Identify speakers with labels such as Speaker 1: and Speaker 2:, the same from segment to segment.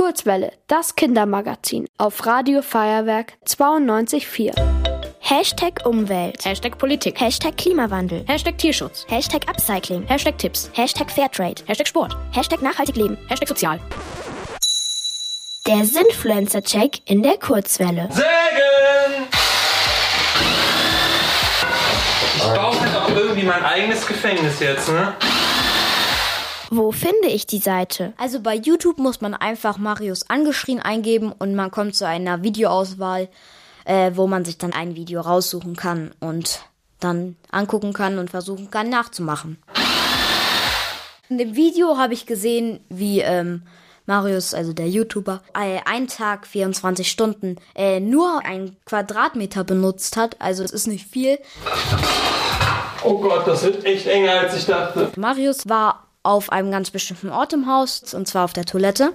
Speaker 1: Kurzwelle, das Kindermagazin auf Radio Feuerwerk 924.
Speaker 2: Hashtag Umwelt.
Speaker 3: Hashtag Politik.
Speaker 2: Hashtag Klimawandel.
Speaker 3: Hashtag Tierschutz.
Speaker 2: Hashtag Upcycling.
Speaker 3: Hashtag Tipps.
Speaker 2: Hashtag Fairtrade.
Speaker 3: Hashtag Sport.
Speaker 2: Hashtag nachhaltig leben.
Speaker 3: Hashtag Sozial.
Speaker 2: Der Sinfluencer-Check in der Kurzwelle.
Speaker 4: Sägen! Ich brauche halt auch irgendwie mein eigenes Gefängnis jetzt, ne?
Speaker 2: Wo finde ich die Seite?
Speaker 5: Also bei YouTube muss man einfach Marius angeschrien eingeben und man kommt zu einer Videoauswahl, äh, wo man sich dann ein Video raussuchen kann und dann angucken kann und versuchen kann nachzumachen. In dem Video habe ich gesehen, wie ähm, Marius, also der YouTuber, äh, einen Tag 24 Stunden äh, nur einen Quadratmeter benutzt hat. Also es ist nicht viel,
Speaker 4: Oh Gott, das wird echt enger, als ich dachte.
Speaker 5: Marius war auf einem ganz bestimmten Ort im Haus, und zwar auf der Toilette.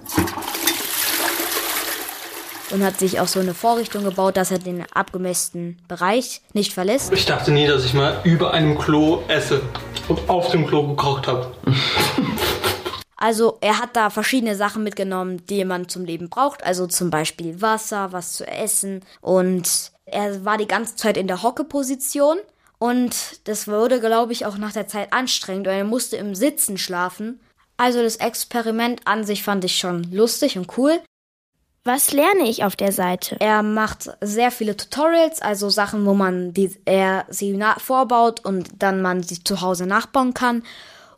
Speaker 5: Und hat sich auch so eine Vorrichtung gebaut, dass er den abgemessenen Bereich nicht verlässt.
Speaker 4: Ich dachte nie, dass ich mal über einem Klo esse und auf dem Klo gekocht habe.
Speaker 5: Also er hat da verschiedene Sachen mitgenommen, die man zum Leben braucht. Also zum Beispiel Wasser, was zu essen. Und er war die ganze Zeit in der Hockeposition. Und das wurde, glaube ich, auch nach der Zeit anstrengend. Und er musste im Sitzen schlafen. Also das Experiment an sich fand ich schon lustig und cool.
Speaker 2: Was lerne ich auf der Seite?
Speaker 5: Er macht sehr viele Tutorials, also Sachen, wo man die, er sie na- vorbaut und dann man sie zu Hause nachbauen kann.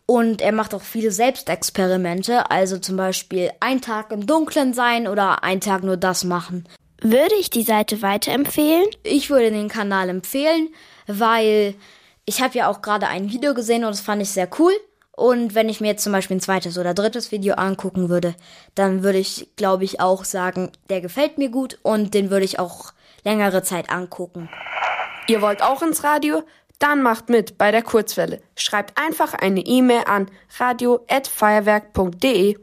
Speaker 5: Und er macht auch viele Selbstexperimente, also zum Beispiel einen Tag im Dunkeln sein oder einen Tag nur das machen.
Speaker 2: Würde ich die Seite weiterempfehlen?
Speaker 5: Ich würde den Kanal empfehlen, weil ich habe ja auch gerade ein Video gesehen und das fand ich sehr cool. Und wenn ich mir jetzt zum Beispiel ein zweites oder drittes Video angucken würde, dann würde ich, glaube ich, auch sagen, der gefällt mir gut und den würde ich auch längere Zeit angucken.
Speaker 1: Ihr wollt auch ins Radio? Dann macht mit bei der Kurzwelle. Schreibt einfach eine E-Mail an radio@feuerwerk.de.